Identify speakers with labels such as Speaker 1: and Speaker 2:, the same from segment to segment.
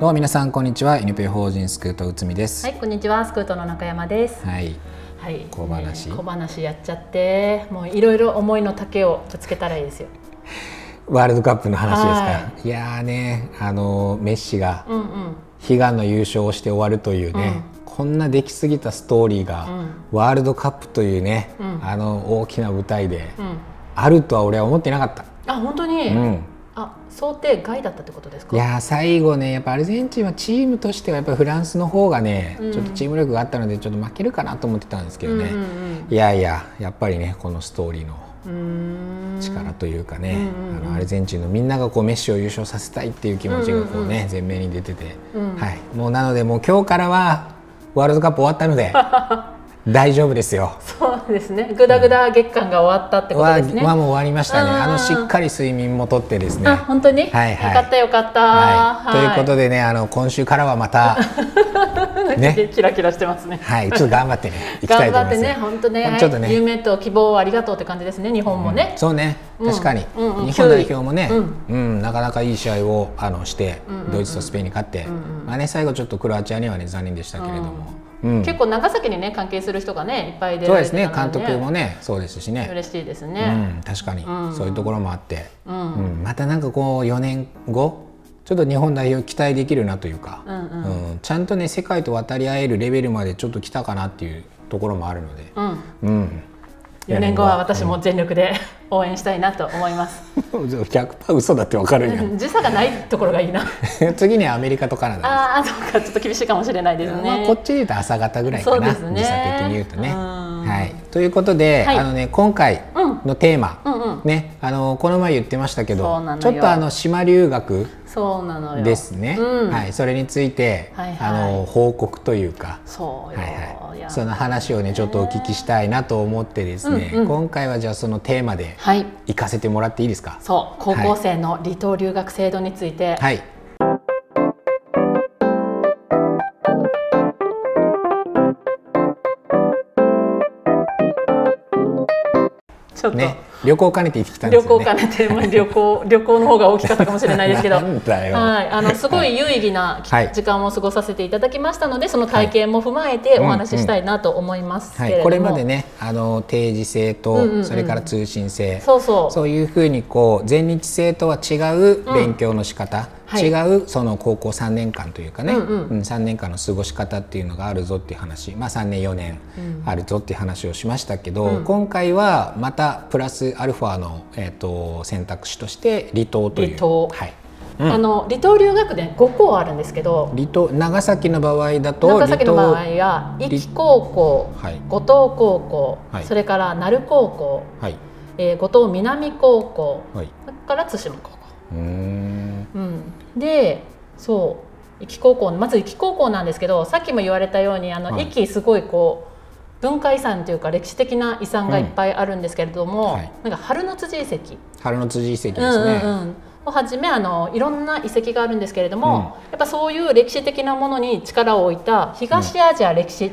Speaker 1: どうも皆さんこんにちは NPO 法人スクート内海です。
Speaker 2: はい、こんにちは、スクートの中山です。
Speaker 1: はい。
Speaker 2: はい、
Speaker 1: 小話
Speaker 2: ね小話やっちゃって、もういろいろ思いの丈をぶつけたらいいですよ。
Speaker 1: ワールドカップの話ですから。、
Speaker 2: はい
Speaker 1: やーねあのメッシが
Speaker 2: うんうん、
Speaker 1: 悲願の優勝をして終わるというね、こんな出来すぎたストーリーが、ワールドカップというね、
Speaker 2: うん
Speaker 1: あの大きな舞台で、
Speaker 2: うん。
Speaker 1: あるとは俺は思ってなかった。
Speaker 2: あ、本当に、
Speaker 1: うん。
Speaker 2: あ、想定外だったってことですか。
Speaker 1: いやー最後ねやっぱアルゼンチンはチームとしてはやっぱフランスの方がね、
Speaker 2: うん
Speaker 1: ちょっとチーム力があったのでちょっと負けるかなと思ってたんですけど
Speaker 2: うん
Speaker 1: ね、
Speaker 2: うん
Speaker 1: いやいややっぱりねこのストーリーの
Speaker 2: うん、うーん。
Speaker 1: 力というかね、
Speaker 2: うんうんうん
Speaker 1: あのアルゼンチンのみんながこうメッシを優勝させたいっていう気持ちがこうね、
Speaker 2: うん
Speaker 1: 前面に出てて、
Speaker 2: うん
Speaker 1: はい、もうなのでもう今日からはワールドカップ終わったの で大丈夫ですよ。
Speaker 2: そうですね。ぐだぐだ月間が終わったってこと
Speaker 1: は
Speaker 2: ですね。
Speaker 1: はもう終わりましたね。
Speaker 2: うんうんうん
Speaker 1: あのしっかり睡眠もとってですね。
Speaker 2: あ、本当に、
Speaker 1: はいはい
Speaker 2: よかったよかった。
Speaker 1: はい、ということ
Speaker 2: で、
Speaker 1: でねあの今週からはま たね
Speaker 2: キラキラしてますね。
Speaker 1: はいちょっと頑張って ね行きたいと
Speaker 2: 頑張っ
Speaker 1: 思
Speaker 2: て
Speaker 1: いますよ。
Speaker 2: ね、本当ね
Speaker 1: ちょっとね
Speaker 2: はい夢と希望をありがとうって感じですね、日本もね。
Speaker 1: そうね
Speaker 2: うん
Speaker 1: 確かに、
Speaker 2: うんうん
Speaker 1: 日本代表もね、
Speaker 2: う
Speaker 1: うんなかなかいい試合をあのして、
Speaker 2: んうん
Speaker 1: ドイツとスペインに勝って、まあね、最後ちょっとクロアチアには、ね、残念でしたけれども、うん
Speaker 2: 結構長崎にね関係する人がねいっぱい出
Speaker 1: そう
Speaker 2: られ
Speaker 1: で
Speaker 2: て
Speaker 1: す
Speaker 2: た
Speaker 1: ね
Speaker 2: の
Speaker 1: 監督もねそうですしね、
Speaker 2: 嬉しいです
Speaker 1: う
Speaker 2: ね。
Speaker 1: ん、確かに、
Speaker 2: うん
Speaker 1: そういうところもあって、
Speaker 2: う
Speaker 1: うん
Speaker 2: ん
Speaker 1: またなんかこう4年後ちょっと日本代表期待できるなというか、
Speaker 2: うんうん
Speaker 1: うんちゃんとね世界と渡り合えるレベルまでちょっと来たかなっていうところもあるの で、
Speaker 2: うん、
Speaker 1: うん、
Speaker 2: 4年後は私も全力で応援したいなと思います。
Speaker 1: 100%嘘だってわかるやん
Speaker 2: 時差がないところがいいな。
Speaker 1: 次にはアメリカとカナダ
Speaker 2: ああ、そうか、ちょっと厳しいかもしれないです
Speaker 1: まあ、
Speaker 2: ね
Speaker 1: こ。っちで言うと朝方ぐらいかな、
Speaker 2: そうですね
Speaker 1: 時差的に言うとね。
Speaker 2: うん
Speaker 1: はい、ということで、
Speaker 2: はい
Speaker 1: あのね、今回のテーマ、
Speaker 2: うんうん、
Speaker 1: ね、あのこの前言ってましたけ
Speaker 2: そ
Speaker 1: ど
Speaker 2: うなのよ
Speaker 1: ちょっとあの島留学
Speaker 2: そうなのよ。
Speaker 1: ですね、
Speaker 2: うん
Speaker 1: はい、それについて、
Speaker 2: はいはい
Speaker 1: あの報告というか、
Speaker 2: そうよ。
Speaker 1: はい
Speaker 2: い
Speaker 1: は
Speaker 2: や
Speaker 1: い、その話をねちょっとお聞きしたいなと思ってですね、
Speaker 2: うんうん
Speaker 1: 今回はじゃあそのテーマで
Speaker 2: はい、
Speaker 1: 行かせてもらっていいですか
Speaker 2: そう、高校生の離島留学制度について。
Speaker 1: はい、
Speaker 2: ちょっと、
Speaker 1: ね、旅行兼ねて行ってきたんで
Speaker 2: 旅
Speaker 1: すよ
Speaker 2: 行
Speaker 1: ね。
Speaker 2: かねて、まあ 旅行、旅行の方が大きかったかもしれないですけ
Speaker 1: な
Speaker 2: ど。
Speaker 1: んだよ
Speaker 2: はい、あのすごい有意義なき、
Speaker 1: はい
Speaker 2: 時間を過ごさせていただきましたので、その体験も踏まえてお話ししたいなと思いますけ
Speaker 1: は
Speaker 2: れども、
Speaker 1: い、これまでねあの定時制と、
Speaker 2: うんうんうん
Speaker 1: それから通信制
Speaker 2: そうそう
Speaker 1: そういうふうにこう全日制とは違う勉強の仕方、
Speaker 2: はい
Speaker 1: 違うその高校3年間というかね、
Speaker 2: うんうん
Speaker 1: 3年間の過ごし方っていうのがあるぞっていう話、まあ、3年4年あるぞっていう話をしましたけど、
Speaker 2: うん
Speaker 1: 今回はまたプラスアルファの、えー、と選択肢として離島という
Speaker 2: 離島
Speaker 1: はい、
Speaker 2: あの離島留学で5校あるんですけど、
Speaker 1: 離島長崎の場合だと
Speaker 2: 長崎の場合
Speaker 1: 離
Speaker 2: は壱岐高校、
Speaker 1: はい
Speaker 2: 五島高校、
Speaker 1: はい
Speaker 2: それから鳴子高校、
Speaker 1: 島はい
Speaker 2: えー、五島南高校、
Speaker 1: はい
Speaker 2: それから対馬高校。
Speaker 1: うーん
Speaker 2: うん、でそう壱岐高校まず壱岐高校なんですけどさっきも言われたようにあの
Speaker 1: はい
Speaker 2: 壱岐、すごいこう文化遺産というか歴史的な遺産がいっぱいあるんですけれども、
Speaker 1: うんはい
Speaker 2: なんか春の辻遺跡、
Speaker 1: 春の辻遺跡ですね。
Speaker 2: うんうんうんをはじめあのいろんな遺跡があるんですけれども、やっぱそういう歴史的なものに力を置いた東アジア歴史、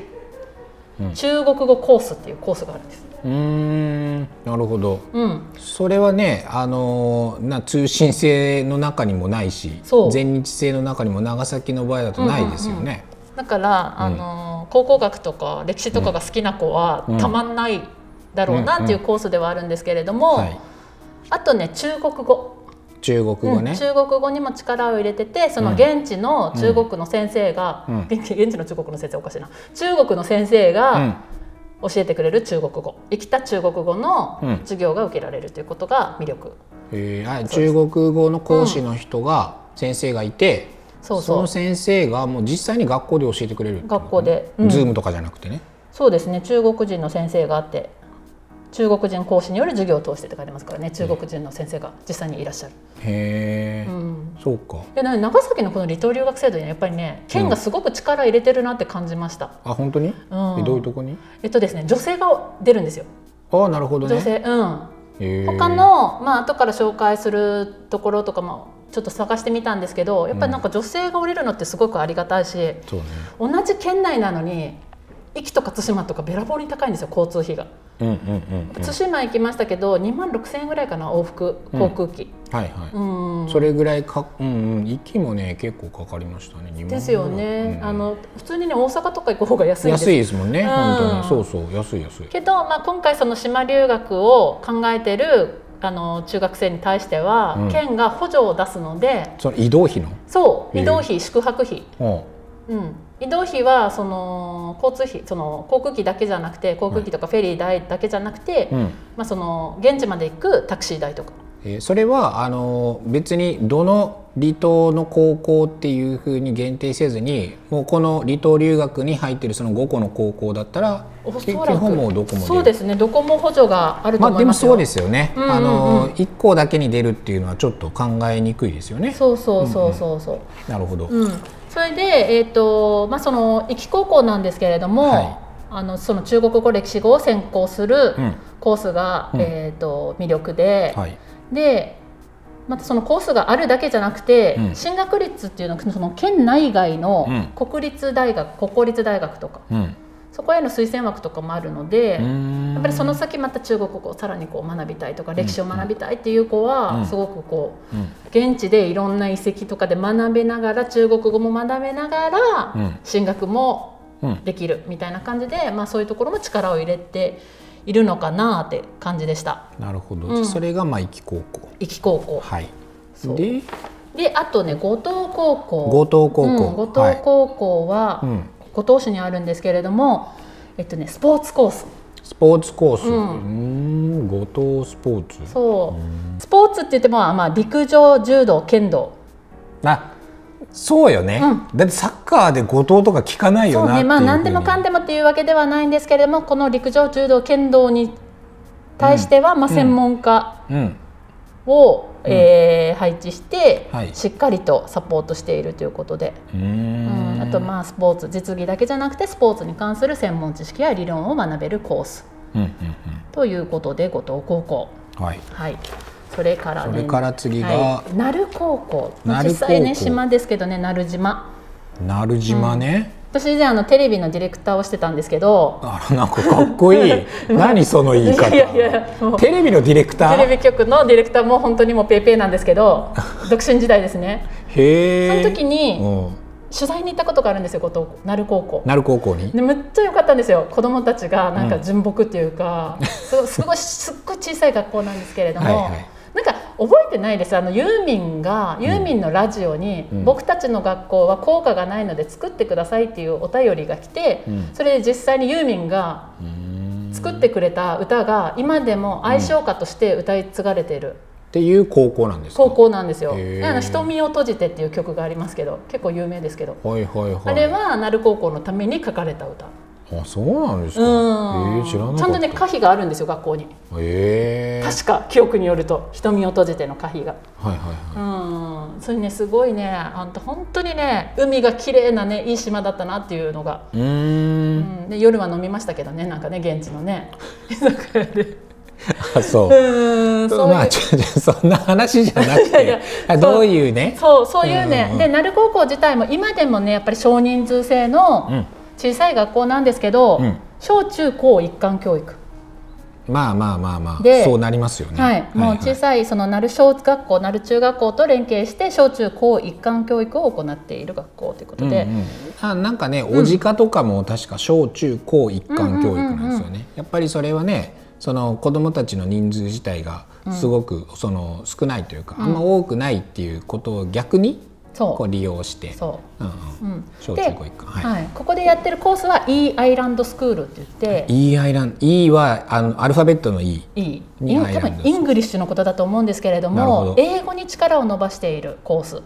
Speaker 1: うん
Speaker 2: 中国語コースっていうコースがあるんです。
Speaker 1: うーんなるほど
Speaker 2: うん、
Speaker 1: それはねあのーな通信制の中にもないし
Speaker 2: そう
Speaker 1: 全日制の中にも長崎の場合だとないですよね。
Speaker 2: だから、あの考古学とか歴史とかが好きな子は
Speaker 1: うん
Speaker 2: たまんないだろうなっていうコースではあるんですけれども、
Speaker 1: はい、
Speaker 2: あとね中国語、
Speaker 1: 中国語
Speaker 2: うん
Speaker 1: ね、
Speaker 2: 中国語にも力を入れててその
Speaker 1: うん
Speaker 2: 現地の中国の先生が、
Speaker 1: うん
Speaker 2: 現地現地の中国の先生おかしいな中国の先生
Speaker 1: うん
Speaker 2: が教えてくれる中国語、生きた中国語の
Speaker 1: うん
Speaker 2: 授業が受けられるということが魅力。
Speaker 1: えーあ中国語の講師の人が、先生がいて
Speaker 2: そうそう
Speaker 1: の先生がもう実際に学校で教えてくれるってこと
Speaker 2: 学校でうん
Speaker 1: ズームとかじゃなくてね。
Speaker 2: そうですね中国人の先生があって中国人講師による授業を通してって書いてますからね中国人の先生が実際にいらっしゃる。
Speaker 1: へえ、
Speaker 2: うん
Speaker 1: そうか
Speaker 2: いやなんか長崎のこの離島留学制度にはやっぱりね県がすごく力入れてるなって感じました、
Speaker 1: あ本当に、
Speaker 2: うん
Speaker 1: えどういうとこに
Speaker 2: えっとですね女性が出るんですよ
Speaker 1: あなるほどね。
Speaker 2: 女性うん
Speaker 1: へー
Speaker 2: 他のまあ後から紹介するところとかもちょっと探してみたんですけどやっぱりなんか女性が降りるのってすごくありがたいし、
Speaker 1: そうね
Speaker 2: 同じ県内なのに駅とか対馬とかべらぼうに高いんですよ交通費が
Speaker 1: うんうんうんうん
Speaker 2: 対馬行きましたけど2万6千円ぐらいかな往復航空機、
Speaker 1: はいはい、
Speaker 2: うん
Speaker 1: それぐらいかうんうん息もね結構かかりましたね2万ぐらい
Speaker 2: ですよね、
Speaker 1: うん
Speaker 2: あの普通にね大阪とか行く方が安いんです
Speaker 1: 安いですもんね、
Speaker 2: うん
Speaker 1: 本当にそうそう安い安い
Speaker 2: けど、まあ、今回その島留学を考えてるあの中学生に対しては、
Speaker 1: うん
Speaker 2: 県が補助を出すので
Speaker 1: その移動費の
Speaker 2: そう
Speaker 1: へえ
Speaker 2: 移動費、宿泊費、
Speaker 1: うん
Speaker 2: うん、移動費はその交通費その航空機だけじゃなくて航空機とかフェリー代だけじゃなくて、
Speaker 1: うん
Speaker 2: まあ、その現地まで行くタクシー代とか。
Speaker 1: えーそれはあの別にどの離島の高校っていうふうに限定せずにもうこの離島留学に入ってるその5個の高校だったら
Speaker 2: おそ
Speaker 1: 基
Speaker 2: らく
Speaker 1: 本もうどこも出る
Speaker 2: そうですねどこも補助があると
Speaker 1: まあ
Speaker 2: 思い
Speaker 1: でも
Speaker 2: ます
Speaker 1: そ
Speaker 2: よ、
Speaker 1: うですよね、
Speaker 2: うんうんうん
Speaker 1: あの1校だけに出るっていうのはちょっと考えにくいですよね
Speaker 2: そうそうそうそうそう
Speaker 1: なるほど、
Speaker 2: うん、それで、えーとまあ、その壱岐高校なんですけれども、
Speaker 1: はい
Speaker 2: あのその中国語歴史語を専攻する
Speaker 1: うん
Speaker 2: コースが、
Speaker 1: うん
Speaker 2: えー、と魅力で、
Speaker 1: はい
Speaker 2: でまたそのコースがあるだけじゃなくて、
Speaker 1: うん
Speaker 2: 進学率っていうのはその県内外の
Speaker 1: う
Speaker 2: 国立大学、国公立大学とか
Speaker 1: うん
Speaker 2: そこへの推薦枠とかもあるので。や
Speaker 1: や
Speaker 2: っぱりその先また中国語をさらにこう学びたいとか歴史を学びたいっていう子
Speaker 1: うん
Speaker 2: はすごくこ
Speaker 1: う
Speaker 2: う
Speaker 1: ん
Speaker 2: 現地でいろんな遺跡とかで学べながら中国語も学べながら
Speaker 1: うん
Speaker 2: 進学も
Speaker 1: うん
Speaker 2: できるみたいな感じで、まあ、そういうところも力を入れているのかなって感じでした
Speaker 1: なるほど、
Speaker 2: うん
Speaker 1: それがまあ壱岐高校
Speaker 2: 壱岐高校
Speaker 1: はい
Speaker 2: そう
Speaker 1: で
Speaker 2: であとね五島
Speaker 1: 五
Speaker 2: 高校
Speaker 1: 島高校、
Speaker 2: うん五島高校は
Speaker 1: はいうん、
Speaker 2: 五島市にあるんですけれども、えっとね、スポーツコース
Speaker 1: スポーツコースう
Speaker 2: う
Speaker 1: ーん五島スポーツ
Speaker 2: そう、スポーツって言っても、まあ、陸上柔道剣道
Speaker 1: あそうよね、
Speaker 2: う
Speaker 1: だってサッカーで五島とか聞かない
Speaker 2: そ
Speaker 1: よ
Speaker 2: う
Speaker 1: なってい
Speaker 2: ね
Speaker 1: う
Speaker 2: まあ
Speaker 1: ふうに
Speaker 2: 何でもかんでもっていうわけではないんですけれどもこの陸上柔道剣道に対しては、まあ、
Speaker 1: うん
Speaker 2: 専門家
Speaker 1: うん
Speaker 2: を、えー配置して、
Speaker 1: はい
Speaker 2: しっかりとサポートしているということで、
Speaker 1: うー
Speaker 2: うん
Speaker 1: ん
Speaker 2: あとまあスポーツ実技だけじゃなくてスポーツに関する専門知識や理論を学べるコース
Speaker 1: うんうん
Speaker 2: ということで後藤高校
Speaker 1: うんはい
Speaker 2: はいそれから
Speaker 1: そ
Speaker 2: ね
Speaker 1: れから次が、
Speaker 2: はい、鳴子高校まあ
Speaker 1: 鳴
Speaker 2: 実
Speaker 1: 子高校
Speaker 2: 際ね島ですけどね鳴島
Speaker 1: 鳴島ね、
Speaker 2: 私以前あのテレビのディレクターをしてたんですけど、
Speaker 1: あらなんかかっこいい 何その言い方
Speaker 2: いやいやもう
Speaker 1: テレビのディレクター
Speaker 2: テレビ局のディレクターも本当にもうペイペイなんです けど独身時代ですね
Speaker 1: へ
Speaker 2: そ
Speaker 1: え
Speaker 2: の時に
Speaker 1: うん、
Speaker 2: 取材に行ったことがあるんですよ後藤鳴子高校
Speaker 1: 鳴子高校に
Speaker 2: でむっちゃ良かったんですよ子供たちがなん
Speaker 1: う
Speaker 2: か
Speaker 1: ん
Speaker 2: 純朴っていう か、すごすごいすっごい小さい学校なんですけれども
Speaker 1: はいはい
Speaker 2: なんか覚えてないですあのユーミンがユーミンのラジオに、
Speaker 1: うん
Speaker 2: 僕たちの学校は校歌がないので作ってください」っていうお便りが来て、
Speaker 1: うん
Speaker 2: それで実際にユーミンが
Speaker 1: うーん
Speaker 2: 作ってくれた歌が今でも愛唱歌として歌い継がれてい
Speaker 1: っ
Speaker 2: る。
Speaker 1: ていう高校なんですか
Speaker 2: 高校なんですよ。
Speaker 1: へー
Speaker 2: あの瞳を閉じてっていう曲がありますけど、結構有名ですけど。
Speaker 1: はいはいはい
Speaker 2: あれは鳴子高校のために書かれた歌。
Speaker 1: あそうなんですか
Speaker 2: う
Speaker 1: え
Speaker 2: ん、
Speaker 1: ー、知らなかった
Speaker 2: ちゃんとね歌詞があるんですよ学校に。
Speaker 1: えー、
Speaker 2: 確か記憶によると瞳を閉じての歌詞が。
Speaker 1: はいはいはい、
Speaker 2: うん、それねすごいね、あんた本当にね海が綺麗なねいい島だったなっていうのが。
Speaker 1: うー。
Speaker 2: うんん、で夜は飲みましたけどねなんかね現地のね。居酒屋で
Speaker 1: あ、そう。
Speaker 2: うん、そういう
Speaker 1: まあ、ちょちょそんな話じゃなく
Speaker 2: いやいや
Speaker 1: て、あどういうね。
Speaker 2: そうそういうね、
Speaker 1: うんうんうん
Speaker 2: で鳴子高校自体も今でもねやっぱり少人数制の小さい学校なんですけど、
Speaker 1: うん
Speaker 2: 小中高一貫教育、
Speaker 1: まあまあまあまあ、
Speaker 2: で
Speaker 1: そうなりますよね。
Speaker 2: はい、もう小さいその鳴小学校鳴中学校と連携して小中高一貫教育を行っている学校ということで、
Speaker 1: うんうんあなんかね、おじかとかも確か小中高一貫教育なんですよね、
Speaker 2: うんうんうん
Speaker 1: やっぱりそれはねその子どもたちの人数自体がすごく、その少ないというか、あんま多くないっていうことを逆に
Speaker 2: そう
Speaker 1: こう利用して
Speaker 2: そ
Speaker 1: うんうん
Speaker 2: う、うん、
Speaker 1: 小
Speaker 2: で
Speaker 1: 中高一貫はい、
Speaker 2: はいここでやってるコースは E アイランドスクールって言って
Speaker 1: E アイラン E はあのアルファベットの E
Speaker 2: E
Speaker 1: にアイ
Speaker 2: 多
Speaker 1: ランドスクー
Speaker 2: 分
Speaker 1: ル
Speaker 2: イングリッシュのことだと思うんですけれど
Speaker 1: なるほど
Speaker 2: も英語に力を伸ばしているコース。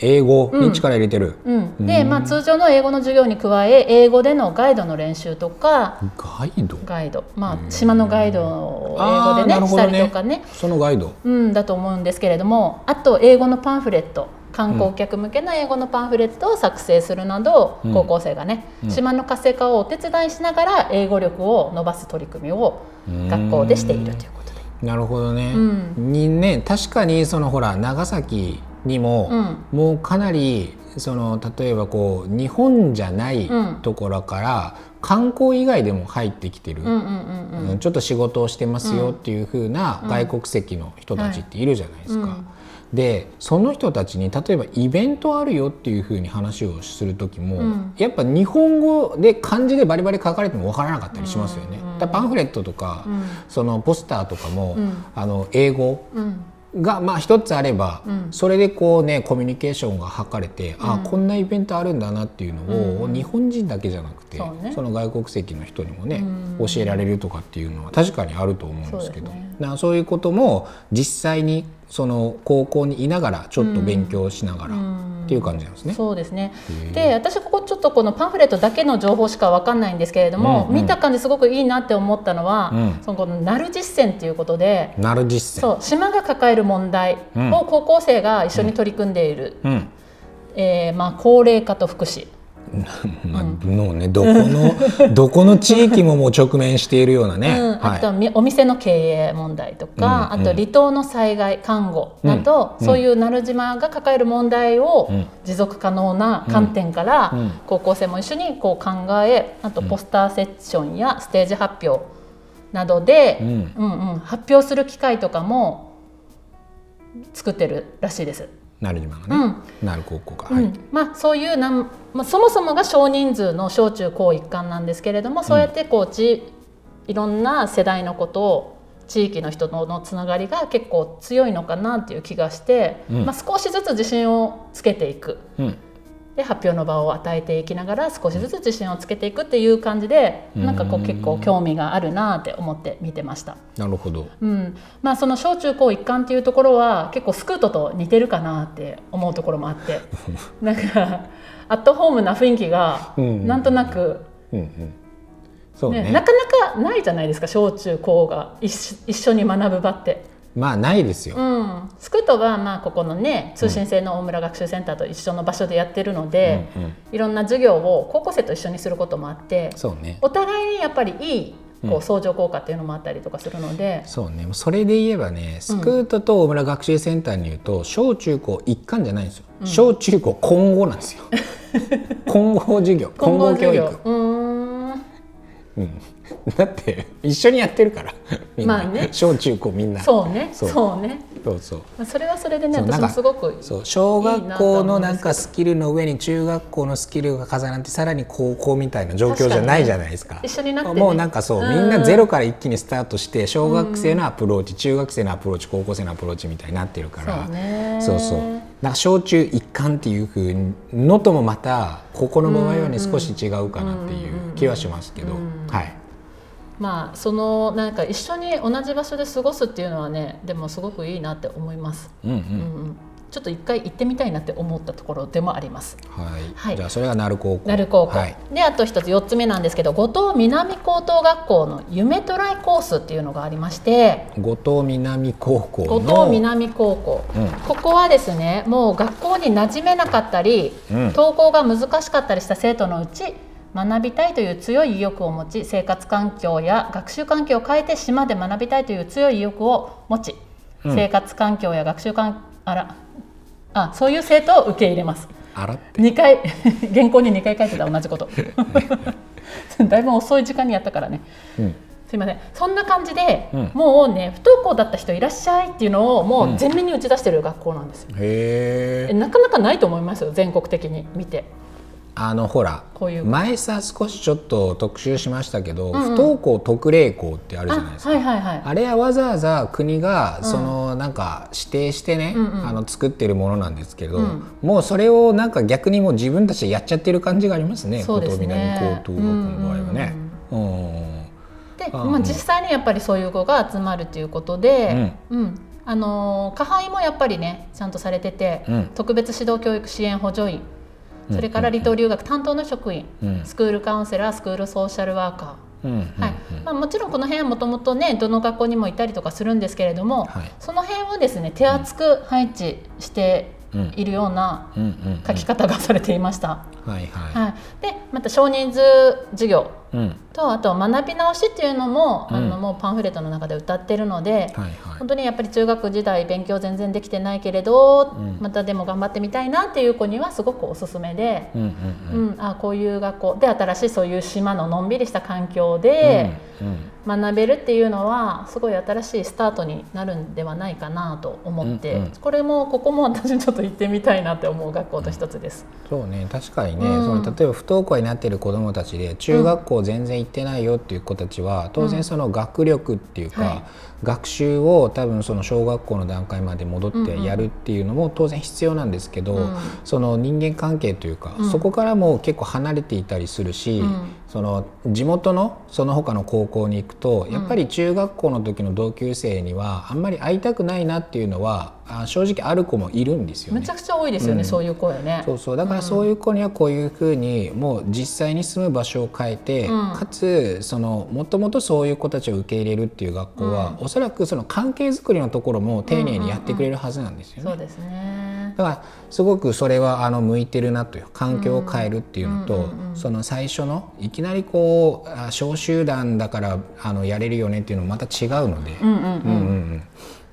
Speaker 1: 英語に力入れてる、
Speaker 2: うん、で、まあ、通常の英語の授業に加え英語でのガイドの練習とか
Speaker 1: ガイド
Speaker 2: ガイド、まあ、島のガイドを英語で
Speaker 1: あーな
Speaker 2: ね
Speaker 1: る
Speaker 2: し
Speaker 1: ほど
Speaker 2: た
Speaker 1: ね
Speaker 2: りとかね、
Speaker 1: そのガイド
Speaker 2: うん、だと思うんですけれどもあと英語のパンフレット観光客向けの英語のパンフレットを作成するなど、
Speaker 1: うん
Speaker 2: 高校生がね、
Speaker 1: うん
Speaker 2: 島の活性化をお手伝いしながら英語力を伸ばす取り組みを学校でしているということで。
Speaker 1: なるほどね、
Speaker 2: う
Speaker 1: にね確かにそのほら長崎に
Speaker 2: う
Speaker 1: も、
Speaker 2: ん
Speaker 1: もうかなりその例えばこう日本じゃない
Speaker 2: うん
Speaker 1: ところから観光以外でも入ってきてる、
Speaker 2: うんうんうんうん
Speaker 1: うんちょっと仕事をしてますよっていう風な外国籍の人たちっているじゃないですか。
Speaker 2: はいうん
Speaker 1: でその人たちに例えばイベントあるよっていう風に話をする時も、
Speaker 2: うん
Speaker 1: やっぱ日本語で漢字でバリバリ書かれても分からなかったりしますよね。だからパンフレットとか、
Speaker 2: うん
Speaker 1: そのポスターとかも、
Speaker 2: うん
Speaker 1: あの英語
Speaker 2: うん
Speaker 1: がまあ一つあれば、
Speaker 2: うん
Speaker 1: それでこうねコミュニケーションが図れて、あこんなイベントあるんだなっていうのを、日本人だけじゃなくて
Speaker 2: そうね
Speaker 1: の外国籍の人にもね、
Speaker 2: うん
Speaker 1: 教えられるとかっていうのは確かにあると思うんですけど
Speaker 2: そうですね
Speaker 1: だからそういうことも実際にその高校にいながらちょっと勉強しながらっていう感じなんですね。
Speaker 2: そうですね
Speaker 1: へえ
Speaker 2: で私ここちょっとこのパンフレットだけの情報しかわかんないんですけれども、
Speaker 1: うんうん
Speaker 2: 見た感じすごくいいなって思ったのは、
Speaker 1: うん
Speaker 2: そのこのなる実践ということで、
Speaker 1: なる実践
Speaker 2: そう島が抱える問題
Speaker 1: うん
Speaker 2: を高校生が一緒に取り組んでいる、
Speaker 1: うん
Speaker 2: えーまあ、高齢化と福祉
Speaker 1: まあもうねどこ のどこの地域ももう直面しているようなね、
Speaker 2: うん、あとみお店の経営問題とか、
Speaker 1: うんうん
Speaker 2: あと離島の災害看護など、
Speaker 1: うん
Speaker 2: そういう鳴島が抱える問題を
Speaker 1: うん
Speaker 2: 持続可能な観点から、
Speaker 1: うん
Speaker 2: 高校生も一緒にこう考えあとポスターセッションやステージ発表などで、
Speaker 1: う
Speaker 2: うんんうん発表する機会とかも作ってるらしいです。
Speaker 1: なる島がね、なる高校が、は
Speaker 2: う
Speaker 1: い
Speaker 2: んまあ、そういうなん、まあ、そもそもが少人数の小中高一貫なんですけれどもそうやってこうじいろんな世代のことを地域の人とのつながりが結構強いのかなっていう気がして、
Speaker 1: うん
Speaker 2: まあ、少しずつ自信をつけていく
Speaker 1: うん
Speaker 2: で発表の場を与えていきながら少しずつ自信をつけていくっていう感じで
Speaker 1: うん
Speaker 2: なんかこう結構興味があるなって思って見てました。
Speaker 1: なるほど
Speaker 2: うんまあ、その小中高一貫っていうところは結構スクートと似てるかなって思うところもあって なんかアットホームな雰囲気が
Speaker 1: うん
Speaker 2: なんとなく、
Speaker 1: うんうんそう
Speaker 2: ね
Speaker 1: ね
Speaker 2: なかなかないじゃないですか小中高が一緒一緒に学ぶ場って、
Speaker 1: まあないですよ、
Speaker 2: うん、スクートはまあここのね通信制の大村学習センターと一緒の場所でやってるので、
Speaker 1: うんうん
Speaker 2: いろんな授業を高校生と一緒にすることもあって
Speaker 1: そうね
Speaker 2: お互いにやっぱりいい
Speaker 1: う
Speaker 2: こ
Speaker 1: ん
Speaker 2: う相乗効果っていうのもあったりとかするので。
Speaker 1: そうねそれで言えばねスクートと大村学習センターに言うと、小中高一貫じゃないんですよ、小中高混合なん ですよ混合授業混合教
Speaker 2: 授業
Speaker 1: 育、
Speaker 2: うーん
Speaker 1: うん、だって一緒にやってるからみんな、
Speaker 2: まあね
Speaker 1: 小中高みんな
Speaker 2: そうね、
Speaker 1: そ
Speaker 2: そううね。
Speaker 1: そうそう
Speaker 2: まあそれはそれでね、
Speaker 1: そうなん
Speaker 2: 私
Speaker 1: か
Speaker 2: もすごく
Speaker 1: そう小学校のなんかスキルの上に中学校のスキルが重なってさらに高校みたいな状況じゃないじゃないですか
Speaker 2: 一緒になってね
Speaker 1: もうなんかそう、
Speaker 2: うん
Speaker 1: みんなゼロから一気にスタートして小学生のアプローチ、中学生のアプローチ高校生のアプローチみたいになってるから
Speaker 2: そうね
Speaker 1: そうそうなんか小中一貫っていうふうのともまたここの場合はね少し違うかなっていう気はしますけど、はい
Speaker 2: まあそのなんか一緒に同じ場所で過ごすっていうのはね、でもすごくいいなって思います。
Speaker 1: うんうん
Speaker 2: うんうん。ちょっと一回行ってみたいなって思ったところでもあります。
Speaker 1: はい、
Speaker 2: はい
Speaker 1: じゃあそれが鳴る高校
Speaker 2: 鳴る高校、
Speaker 1: はい
Speaker 2: であと一つ四つ目なんですけど、五島南高等学校の夢トライコースっていうのがありまして、
Speaker 1: 五島南高校の
Speaker 2: 五島南高校、
Speaker 1: うん
Speaker 2: ここはですねもう学校に馴染めなかったり、
Speaker 1: うん
Speaker 2: 登校が難しかったりした生徒のうち学びたいという強い意欲を持ち生活環境や学習環境を変えて島で学びたいという強い意欲を持ち、
Speaker 1: うん
Speaker 2: 生活環境や学習環あらあそういう生徒を受け入れます
Speaker 1: あら
Speaker 2: 2回 原稿に2回書いてた同 じことだいぶ遅い時間にやったからね
Speaker 1: うん
Speaker 2: すいませんそんな感じで、
Speaker 1: うん
Speaker 2: もうね不登校だった人いらっしゃいっていうのをもう全面に打ち出してる学校なんですよ、
Speaker 1: へ
Speaker 2: え
Speaker 1: え
Speaker 2: なかなかないと思いますよ全国的に見て
Speaker 1: あのほら
Speaker 2: こういう
Speaker 1: 前さ少しちょっと特集しましたけど、
Speaker 2: んうん
Speaker 1: 不登校特例校ってあるじゃないですか。
Speaker 2: はいはいはい
Speaker 1: あれはわざわざ国がそのなんか指定してね、
Speaker 2: うんうん
Speaker 1: あの作ってるものなんですけど、
Speaker 2: うん
Speaker 1: もうそれをなんか逆にもう自分たちでやっちゃってる感じがありますね。
Speaker 2: そうですね
Speaker 1: 琴南高等学校の場合はね。うん
Speaker 2: で、
Speaker 1: あー
Speaker 2: まあ、実際にやっぱりそういう子が集まるということで、うんあのー加配もやっぱりねちゃんとされてて、
Speaker 1: うん
Speaker 2: 特別指導教育支援補助員それから離島留学担当の職員、
Speaker 1: うん
Speaker 2: スクールカウンセラースクールソーシャルワーカ
Speaker 1: う
Speaker 2: ー
Speaker 1: んうん
Speaker 2: はいまあ、もちろんこの辺はもともとねどの学校にもいたりとかするんですけれども、
Speaker 1: はい
Speaker 2: その辺をですね手厚く配置しているような
Speaker 1: うんうんうん
Speaker 2: 書き方がされていました。
Speaker 1: はいはい。
Speaker 2: はい、でまた少人数授業
Speaker 1: うん
Speaker 2: とあと学び直しっていうのも,、あ
Speaker 1: う
Speaker 2: の
Speaker 1: ん
Speaker 2: もうパンフレットの中で歌ってるので、
Speaker 1: はいはい
Speaker 2: 本当にやっぱり中学時代勉強全然できてないけれど、
Speaker 1: うん
Speaker 2: またでも頑張ってみたいなっていう子にはすごくおすすめで、
Speaker 1: うんうん
Speaker 2: う
Speaker 1: うん
Speaker 2: んあこういう学校で新しいそういう島ののんびりした環境で
Speaker 1: うんうん
Speaker 2: 学べるっていうのはすごい新しいスタートになるんではないかなと思って、
Speaker 1: うんうん
Speaker 2: これもここも私ちょっと行ってみたいなって思う学校の一つです。
Speaker 1: そうね確かにね、
Speaker 2: うん
Speaker 1: その例えば不登校になっている子どもたちで中学校全然行ってないよっていう子たちは、当然その学力っていうか、
Speaker 2: はい
Speaker 1: 学習を多分その小学校の段階まで戻っ
Speaker 2: うんう
Speaker 1: て
Speaker 2: ん
Speaker 1: やるっていうのも当然必要なんですけど、
Speaker 2: うん
Speaker 1: その人間関係というか、
Speaker 2: うん
Speaker 1: そこからも結構離れていたりするし、
Speaker 2: うん
Speaker 1: その地元のその他の高校に行くとやっぱり中学校の時の同級生にはあんまり会いたくないなっていうのはあ正直ある子もいるんですよね
Speaker 2: めち。ゃくちゃ多いですよね、
Speaker 1: うん
Speaker 2: そういう声ね。
Speaker 1: そうそうだからそういう子にはこういうふうにもう実際に住む場所を変えて、
Speaker 2: うん
Speaker 1: かつそのもともとそういう子たちを受け入れるっていう学校は、おそらくその関係づくりのところも丁寧にやってくれるはずなんですよね。
Speaker 2: そうですね。
Speaker 1: だからすごくそれはあの向いてるなという環境を変えるっていうのと、
Speaker 2: うんうんうん
Speaker 1: その最初のいきなりこうあ小集団だからあのやれるよねっていうのもまた違うので、
Speaker 2: うんうん
Speaker 1: うんうんうん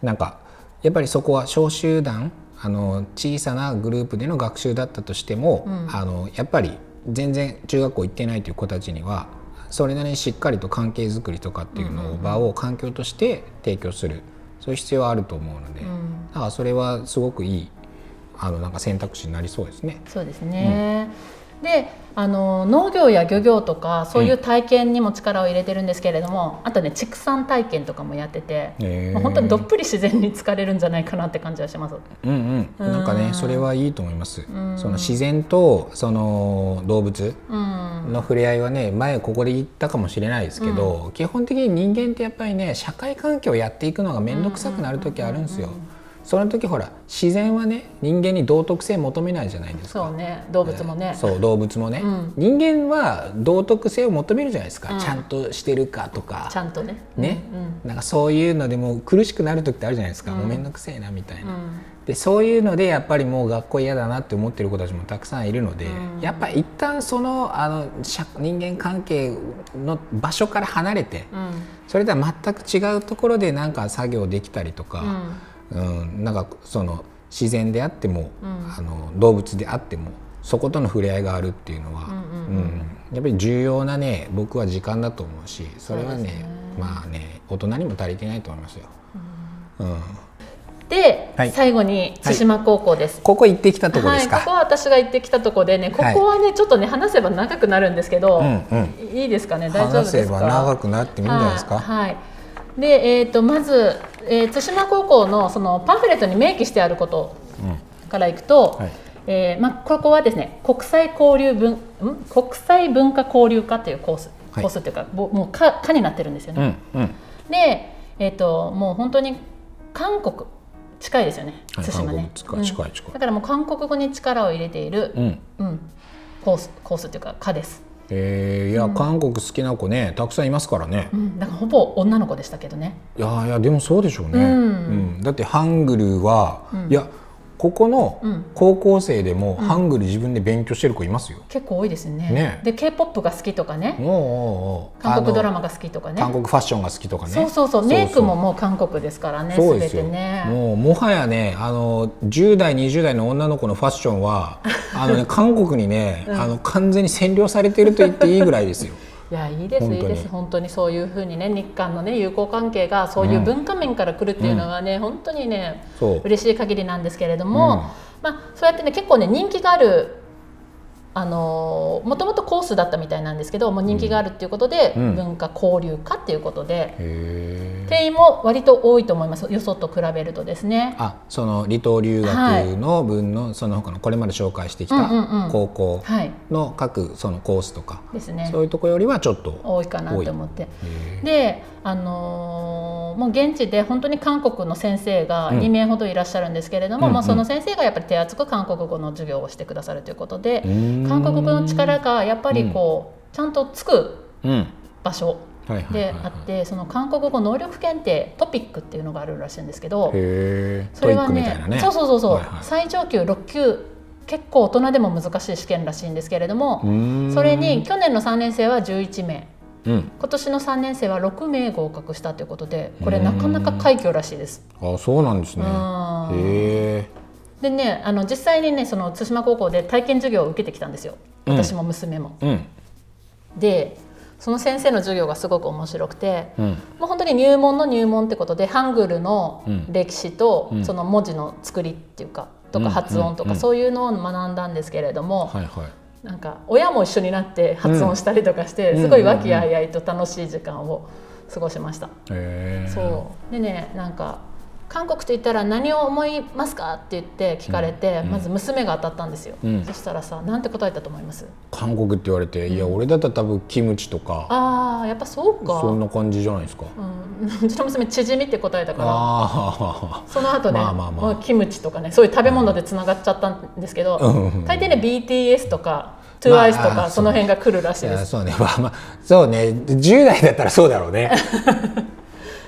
Speaker 1: なんかやっぱりそこは小集団あの小さなグループでの学習だったとしても、あのやっぱり全然中学校行ってないという子たちにはそれなりにしっかりと関係づくりとかっていうのを場を環境として提供するそういう必要はあると思うので、
Speaker 2: ん
Speaker 1: だからそれはすごくいいあのなんか選択肢になりそうですね。
Speaker 2: そうですね。であの農業や漁業とかそういう体験にも力を入れてるんですけれども、あとね畜産体験とかもやってて、
Speaker 1: へー
Speaker 2: まあ本当にどっぷり自然に疲れるんじゃないかなって感じはします。
Speaker 1: うんうん、なんか
Speaker 2: う
Speaker 1: ね
Speaker 2: ん
Speaker 1: それはいいと思います。
Speaker 2: ん
Speaker 1: その自然とその動物
Speaker 2: うん、
Speaker 1: の触れ合いはね前ここで言ったかもしれないですけど、基本的に人間ってやっぱりね社会環境をやっていくのが面倒くさくなる時あるんですよ。その時ほら自然はね人間に道徳性求めないじゃないです
Speaker 2: そ
Speaker 1: か。
Speaker 2: うね動物もね。
Speaker 1: そう動物もね、
Speaker 2: うん
Speaker 1: 人間は道徳性を求めるじゃないですか、
Speaker 2: うん
Speaker 1: ちゃんとしてるかとか
Speaker 2: ちゃんとね。
Speaker 1: ね、
Speaker 2: うん
Speaker 1: なんかそういうのでもう苦しくなる時ってあるじゃないですか、
Speaker 2: うん
Speaker 1: もうめんどくせえなみたいな、
Speaker 2: うん
Speaker 1: でそういうのでやっぱりもう学校嫌だなって思ってる子たちもたくさんいるので、
Speaker 2: うん
Speaker 1: やっぱ一旦そのあの社人間関係の場所から離れて、
Speaker 2: うん
Speaker 1: それとは全く違うところでなんか作業できたりと
Speaker 2: う
Speaker 1: か、
Speaker 2: ん
Speaker 1: うんなんかその自然であっても、
Speaker 2: うん
Speaker 1: あの動物であってもそことの触れ合いがあるっていうのは、
Speaker 2: うん
Speaker 1: うんやっぱり重要なね僕は時間だと思うしそれは
Speaker 2: そうで
Speaker 1: ね
Speaker 2: すね
Speaker 1: まあね大人にも足りてないと思いますよ。うん
Speaker 2: で、
Speaker 1: はい
Speaker 2: 最後に千島高校です。
Speaker 1: ここ行ってきたとこですか、
Speaker 2: はい、ここは私が行ってきたとこでね、ここはね、ちょっとね話せば長くなるんですけど、
Speaker 1: うんうん
Speaker 2: いいですかね、大丈夫
Speaker 1: 話
Speaker 2: で
Speaker 1: せ
Speaker 2: すか。
Speaker 1: ば長くなってもいいんじゃないですか。
Speaker 2: はい。はいで、えっ、とまず、えー、津島高校のそのパンフレットに明記してあることからいくと、
Speaker 1: はい
Speaker 2: えーまここはですね、国際交流文ん国際文化交流科というコース、
Speaker 1: はい
Speaker 2: コースというかぼもう科科になってるんですよ
Speaker 1: う
Speaker 2: ね。
Speaker 1: んうん。
Speaker 2: で、えっ、ともう本当に韓国近いですよね、
Speaker 1: はい
Speaker 2: 津島ね。
Speaker 1: 韓国近い近い近い
Speaker 2: だからもう韓国語に力を入れている
Speaker 1: う、ん。
Speaker 2: うん、コースコースというか科です。
Speaker 1: えー、いや、韓国好きな子ねたくさんいますからね
Speaker 2: う。ん、だからほぼ女の子でしたけどね。
Speaker 1: いやーいやでもそうでしょうね。
Speaker 2: うん
Speaker 1: んだってハングルは、いやここ
Speaker 2: うん
Speaker 1: の高校生でもハングル自分で勉強してる子いますよ。
Speaker 2: 結構多いですね。
Speaker 1: ね
Speaker 2: で K-POP が好きとかね、
Speaker 1: おうおうおう
Speaker 2: 韓国ドラ
Speaker 1: マ、
Speaker 2: マが好きとかね。
Speaker 1: 韓国ファッションが好きとかね。
Speaker 2: そうそうそう、メイクももう韓国ですからね、
Speaker 1: そう
Speaker 2: す
Speaker 1: で
Speaker 2: べ
Speaker 1: すよ、
Speaker 2: てね。
Speaker 1: もうもはやねあの10代20代の女の子のファッション はあの、ね、韓国にね、あの完全に占領されてると言っていいぐらいですよ。
Speaker 2: いやいいです
Speaker 1: 本
Speaker 2: い
Speaker 1: 当
Speaker 2: い
Speaker 1: に
Speaker 2: です本当にそういうふうにね日韓のね友好関係がそういう文化面から来るっていうのはね、本当にね
Speaker 1: そう
Speaker 2: 嬉しい限りなんですけれども、まあそうやってね結構ね人気がある。あのもともとコースだったみたいなんですけどもう人気があるっていうことで、
Speaker 1: うん
Speaker 2: 文化交流化っていうことで、
Speaker 1: へー
Speaker 2: 定員も割と多いと思いますよそと比べるとですね。
Speaker 1: あその離島留学の分の、その他のこれまで紹介してき
Speaker 2: うんうんう
Speaker 1: た
Speaker 2: ん
Speaker 1: 高校
Speaker 2: はい
Speaker 1: の各そのコースとか、
Speaker 2: ですね
Speaker 1: そういうとこよりはちょっと
Speaker 2: 多いかなと思って
Speaker 1: へ
Speaker 2: で、あのーもう現地で本当に韓国の先生が
Speaker 1: うん
Speaker 2: 2名ほどいらっしゃるんですけれども、
Speaker 1: うんうん
Speaker 2: まあ、その先生がやっぱり手厚く韓国語の授業をしてくださるということで、
Speaker 1: ーん
Speaker 2: 韓国語の力がやっぱりこう、ちゃんとつく
Speaker 1: うんはい
Speaker 2: 場所
Speaker 1: はいはいはい
Speaker 2: であって、その韓国語能力検定トピックっていうのがあるらしいんですけど
Speaker 1: へえ
Speaker 2: それは
Speaker 1: トイックみ
Speaker 2: ね
Speaker 1: たいなね
Speaker 2: そうそうそうそう、
Speaker 1: はいはい
Speaker 2: 最上級6級結構大人でも難しい試験らしいんですけれども、
Speaker 1: そ
Speaker 2: それに、去年の3年生は11名
Speaker 1: うん、
Speaker 2: 今年の3年生は6名合格したということでこれ
Speaker 1: うん
Speaker 2: なかなか快挙らしいです。
Speaker 1: あそうなんです
Speaker 2: う
Speaker 1: ね。
Speaker 2: ん
Speaker 1: へえ。
Speaker 2: でねあの実際にねその対馬高校で体験授業を受けてきたんですよ
Speaker 1: うん
Speaker 2: 私も娘も。
Speaker 1: うん
Speaker 2: でその先生の授業がすごく面白くて
Speaker 1: うん
Speaker 2: もう本当に入門の入門ってことでハングルの
Speaker 1: うん
Speaker 2: 歴史と、
Speaker 1: うん
Speaker 2: その文字の作りっていうかと
Speaker 1: うん
Speaker 2: か発音とか、
Speaker 1: うん
Speaker 2: そういうのを学んだんですけれども、
Speaker 1: はいはい。
Speaker 2: なんか親も一緒になって発音したりとかして、
Speaker 1: うん
Speaker 2: すごい和気あいあいと楽しい時間を過ごしました。
Speaker 1: へえ。
Speaker 2: そうでねなんか韓国と言ったら何を思いますかって言って聞かれて、
Speaker 1: うん
Speaker 2: まず娘が当たったんですよ、
Speaker 1: うん
Speaker 2: そしたらさなんて答えたと思います
Speaker 1: 韓国って言われて、いや俺だったら多分キムチとか
Speaker 2: あーやっぱそうか
Speaker 1: そんな感じじゃないですか。
Speaker 2: うん、う ちの娘縮みって答えたから
Speaker 1: あ
Speaker 2: その後ね、
Speaker 1: まあまあまあ
Speaker 2: もうキムチとかねそういう食べ物でつながっちゃったんですけど、
Speaker 1: あ。 うん。
Speaker 2: 大抵ね BTS とか TWICE と
Speaker 1: まあ
Speaker 2: かその辺が来るらし
Speaker 1: い
Speaker 2: いで
Speaker 1: や
Speaker 2: す、
Speaker 1: そうね、 まあまあ、そうね10代だったらそうだろう ね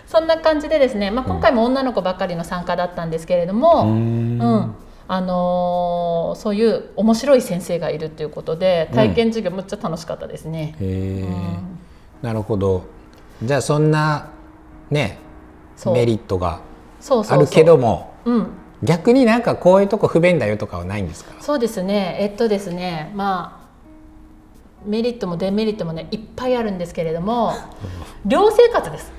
Speaker 2: そんな感じでですね、まあ、今回も女の子ばかりの参加だったんですけれども、うんあのーそういう面白い先生がいるということで体験授業むっちゃ楽しかったですね。
Speaker 1: へえ、
Speaker 2: ん
Speaker 1: なるほどじゃあそんなね
Speaker 2: そう
Speaker 1: メリットが
Speaker 2: そうそ
Speaker 1: あ
Speaker 2: うそう
Speaker 1: るけども
Speaker 2: うん、
Speaker 1: 逆になんかこういうとこ不便だよとかはないんですか
Speaker 2: そうですねえっとですねまあメリットもデメリットもねいっぱいあるんですけれども寮生活です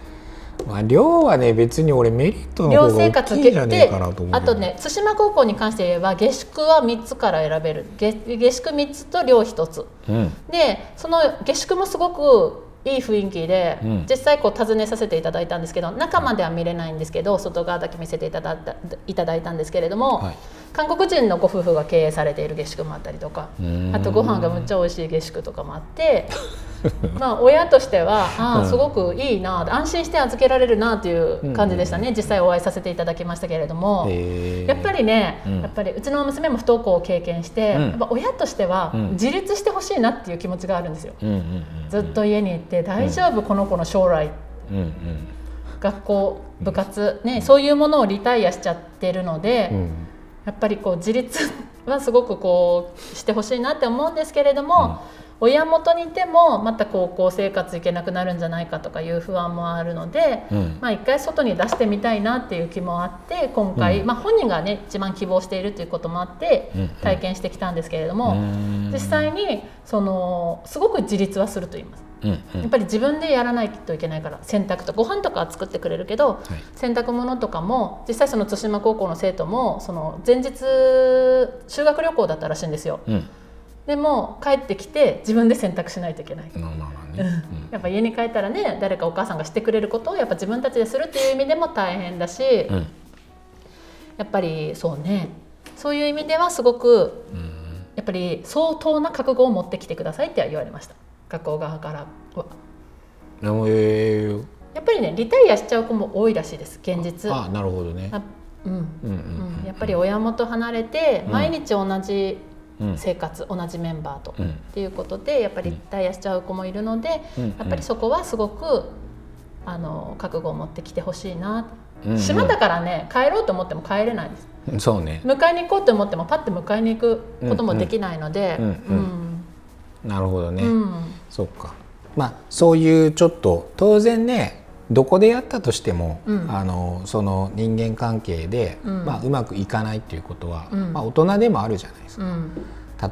Speaker 1: まあ量はね別に俺メリットの
Speaker 2: 寮
Speaker 1: 方
Speaker 2: 生
Speaker 1: が大
Speaker 2: 活
Speaker 1: きいんじゃねえかなと思う
Speaker 2: あ
Speaker 1: けど
Speaker 2: とね対馬高校に関して言えば下宿は3つから選べる下下宿3つと寮1つ
Speaker 1: うん
Speaker 2: でその下宿もすごくいい雰囲気で、
Speaker 1: うん
Speaker 2: 実際こう訪ねさせていただいたんですけど中までは見れないんですけど外側だけ見せていただいたいただいたんですけれども、
Speaker 1: はい
Speaker 2: 韓国人のご夫婦が経営されている下宿もあったりとか
Speaker 1: うーん
Speaker 2: あとご飯がむっちゃ美味しい下宿とかもあって まあ親としては
Speaker 1: う
Speaker 2: ああ
Speaker 1: ん
Speaker 2: すごくいいな安心して預けられるなという感じでしたね、実際お会いさせていただきましたけれども。
Speaker 1: へえ
Speaker 2: やっぱりね、
Speaker 1: うん
Speaker 2: やっぱりうちの娘も不登校を経験して、
Speaker 1: うん
Speaker 2: やっぱ親としては
Speaker 1: うん
Speaker 2: 自立してほしいなっていう気持ちがあるんですよ。
Speaker 1: うんうんうん
Speaker 2: ずっと家に行って大丈夫、この子の将来
Speaker 1: うんうん
Speaker 2: 学校部活、ね、そういうものをリタイアしちゃってるので、
Speaker 1: うん
Speaker 2: やっぱりこう自立はすごくこうしてほしいなって思うんですけれども、親元にいてもまた高校生活行けなくなるんじゃないかとかいう不安もあるので。
Speaker 1: うん
Speaker 2: まあ、一回外に出してみたいなっていう気もあって今回、
Speaker 1: うん
Speaker 2: まあ、本人がね一番希望しているということもあって
Speaker 1: うん
Speaker 2: 体験してきたんですけれど
Speaker 1: う
Speaker 2: も、
Speaker 1: ーん
Speaker 2: 実際にそのすごく自立はすると言います。
Speaker 1: うんう
Speaker 2: やっ
Speaker 1: ん
Speaker 2: ぱり自分でやらないといけないから洗濯とご飯とかは作ってくれるけど、洗濯物とかも実際その対馬高校の生徒もその前日修学旅行だったらしいんですよ
Speaker 1: うん
Speaker 2: でも帰ってきて自分で洗濯しないといけない
Speaker 1: まあまあまあねうん
Speaker 2: やっぱ家に帰ったらね誰かお母さんがしてくれることをやっぱ自分たちでするっていう意味でも大変だし、
Speaker 1: うん
Speaker 2: やっぱりそうねそういう意味ではすごく
Speaker 1: うん
Speaker 2: やっぱり相当な覚悟を持ってきてくださいっては言われました学校側からは
Speaker 1: でもえー
Speaker 2: やっぱりねリタイアしちゃう子も多いらしいです現実
Speaker 1: あなるほどね
Speaker 2: あうん
Speaker 1: うんうん
Speaker 2: うん
Speaker 1: うん
Speaker 2: やっぱり親元離れて
Speaker 1: うん
Speaker 2: 毎日同じ
Speaker 1: うん
Speaker 2: 生活、同じメンバーと、
Speaker 1: う
Speaker 2: っ
Speaker 1: ん
Speaker 2: ていうことでやっぱりリタイアしちゃう子もいるので、
Speaker 1: うん
Speaker 2: やっぱりそこはすごくあの覚悟を持ってきてほしいな、
Speaker 1: うんうん
Speaker 2: 島だからね帰ろうと思っても帰れないです
Speaker 1: そうね
Speaker 2: 迎えに行こうと思ってもパッて迎えに行くこともできないので
Speaker 1: うんうんなるほどね、
Speaker 2: うん
Speaker 1: そっかまあそういうちょっと当然ねどこでやったとしても、
Speaker 2: うん
Speaker 1: あのその人間関係で、う
Speaker 2: うん
Speaker 1: まあ、うまくいかないっていうことは、
Speaker 2: うん
Speaker 1: まあ、大人でもあるじゃないですか。
Speaker 2: うん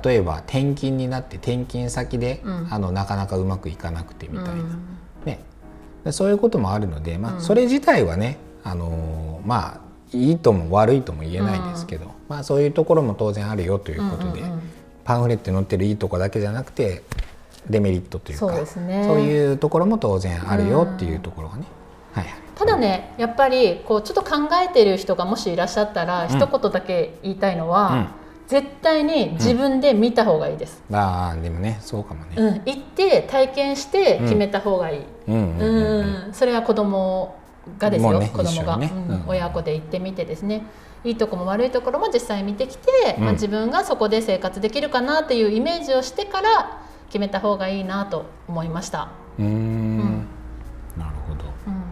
Speaker 1: 例えば転勤になって転勤先で、
Speaker 2: うん
Speaker 1: あのなかなかうまくいかなくてみたいな、
Speaker 2: うん
Speaker 1: ね、でそういうこともあるので、まあ、それ自体はね、あのーまあいいとも悪いとも言えないですけど、まあ、そういうところも当然あるよということで、
Speaker 2: うんうんうん
Speaker 1: パンフレットに載ってるいいとこだけじゃなくてデメリットというか
Speaker 2: そうですね
Speaker 1: そういうところも当然あるよっていうところがね。はいはい
Speaker 2: ただねやっぱりこうちょっと考えてる人がもしいらっしゃったら、一言だけ言いたいのは、絶対に自分で見た方がいいです、
Speaker 1: まあでもねそうかもね。
Speaker 2: うん行って体験して決めた方がいい、
Speaker 1: うん
Speaker 2: う
Speaker 1: うんんうん
Speaker 2: それは子供がです
Speaker 1: も
Speaker 2: よ、
Speaker 1: うね
Speaker 2: 子供が、
Speaker 1: 一緒にね
Speaker 2: うん
Speaker 1: うん
Speaker 2: 親子で行ってみてですねいいとこも悪いところも実際見てきて、
Speaker 1: うん
Speaker 2: まあ、自分がそこで生活できるかなっていうイメージをしてから決めた方がいいなと思いました。
Speaker 1: うーん
Speaker 2: ん
Speaker 1: なるほど。
Speaker 2: うん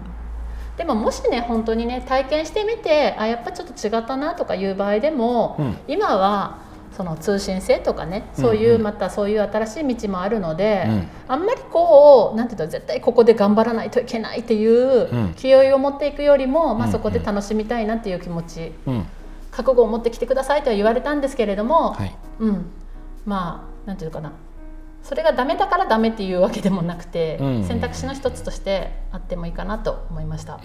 Speaker 2: でももしね本当にね体験してみてあやっぱちょっと違ったなとかいう場合でも、
Speaker 1: うん
Speaker 2: 今はその通信性とかね
Speaker 1: うんうん
Speaker 2: そういうまたそういう新しい道もあるので、
Speaker 1: うん
Speaker 2: あんまりこうなんていうの絶対ここで頑張らないといけないっていう
Speaker 1: うん
Speaker 2: 気負いを持っていくよりも、
Speaker 1: う
Speaker 2: ま
Speaker 1: んう
Speaker 2: あ、
Speaker 1: ん
Speaker 2: そこで楽しみたいなっていう気持ち
Speaker 1: うん
Speaker 2: 覚悟を持ってきてくださいとは言われたんですけれども、
Speaker 1: はい
Speaker 2: うん、まあなんていうのかなそれがダメだからダメっていうわけでもなくて、
Speaker 1: うんうん
Speaker 2: 選択肢の一つとしてあってもいいかなと思いました。
Speaker 1: うん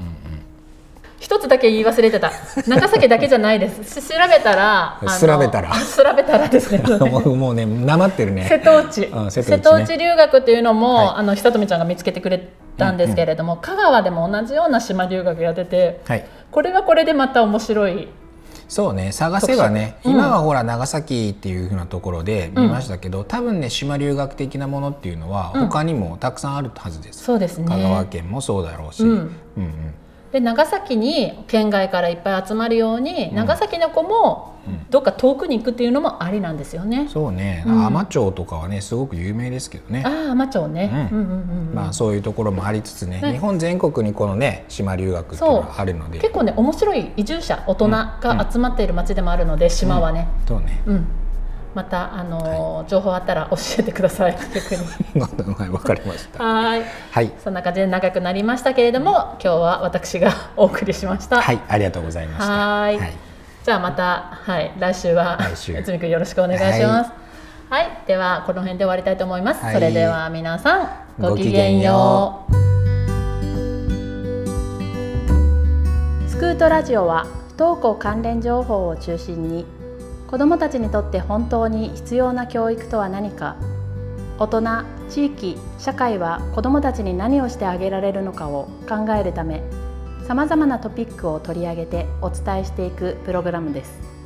Speaker 2: 一つだけ言い忘れて た長崎だけじゃないですし調べたらあの
Speaker 1: 調べたら
Speaker 2: 調べたらですね
Speaker 1: うんもうもうねなまってる
Speaker 2: 瀬
Speaker 1: ね
Speaker 2: 戸内
Speaker 1: うん瀬戸内ね
Speaker 2: 瀬戸内留学っていうのも、
Speaker 1: はい
Speaker 2: あの久富ちゃんが見つけてくれたんですけれども、香川でも同じような島留学やってて
Speaker 1: はい
Speaker 2: これはこれでまた面白い
Speaker 1: そうね探せばね、
Speaker 2: 特殊うん
Speaker 1: 今はほら長崎っていうふうなところで見ましたけど、多分ね島留学的なものっていうのは
Speaker 2: うん
Speaker 1: 他にもたくさんあるはずです、
Speaker 2: そうですね
Speaker 1: 香川県もそうだろうし、
Speaker 2: うん
Speaker 1: うんうん
Speaker 2: で長崎に県外からいっぱい集まるように、
Speaker 1: うん
Speaker 2: 長崎の子も
Speaker 1: うん
Speaker 2: どっか遠くに行くっていうのもありなんですよね。
Speaker 1: そうね、
Speaker 2: うん
Speaker 1: 海士町とかはねすごく有名ですけどね
Speaker 2: ああ海士町ね、
Speaker 1: うん
Speaker 2: うんうんうん
Speaker 1: まあそういうところもありつつね、
Speaker 2: ね
Speaker 1: 日本全国にこのね島留学っていうのがあるので
Speaker 2: 結構ね面白い移住者大人が集まっている町でもあるので、島はね、
Speaker 1: そうね
Speaker 2: うんまた、あのー情報あったら教えてく ださい逆に
Speaker 1: はいわかりました
Speaker 2: はい
Speaker 1: はい
Speaker 2: そんな感じで長くなりましたけれども今日は私がお送りしました、
Speaker 1: はいありがとうございました
Speaker 2: はーいじゃあまた、はい、来週は
Speaker 1: 来週
Speaker 2: 内海君よろしくお願いしますはい、ではこの辺で終わりたいと思います、
Speaker 1: はい
Speaker 2: それでは皆さんご
Speaker 1: ご
Speaker 2: き
Speaker 1: き
Speaker 2: げ
Speaker 1: げ
Speaker 2: ん
Speaker 1: ん
Speaker 2: よ
Speaker 1: よ
Speaker 2: う
Speaker 3: スクートラジオは不登校関連情報を中心に子どもたちにとって本当に必要な教育とは何か大人地域社会は子どもたちに何をしてあげられるのかを考えるためさまざまなトピックを取り上げてお伝えしていくプログラムです。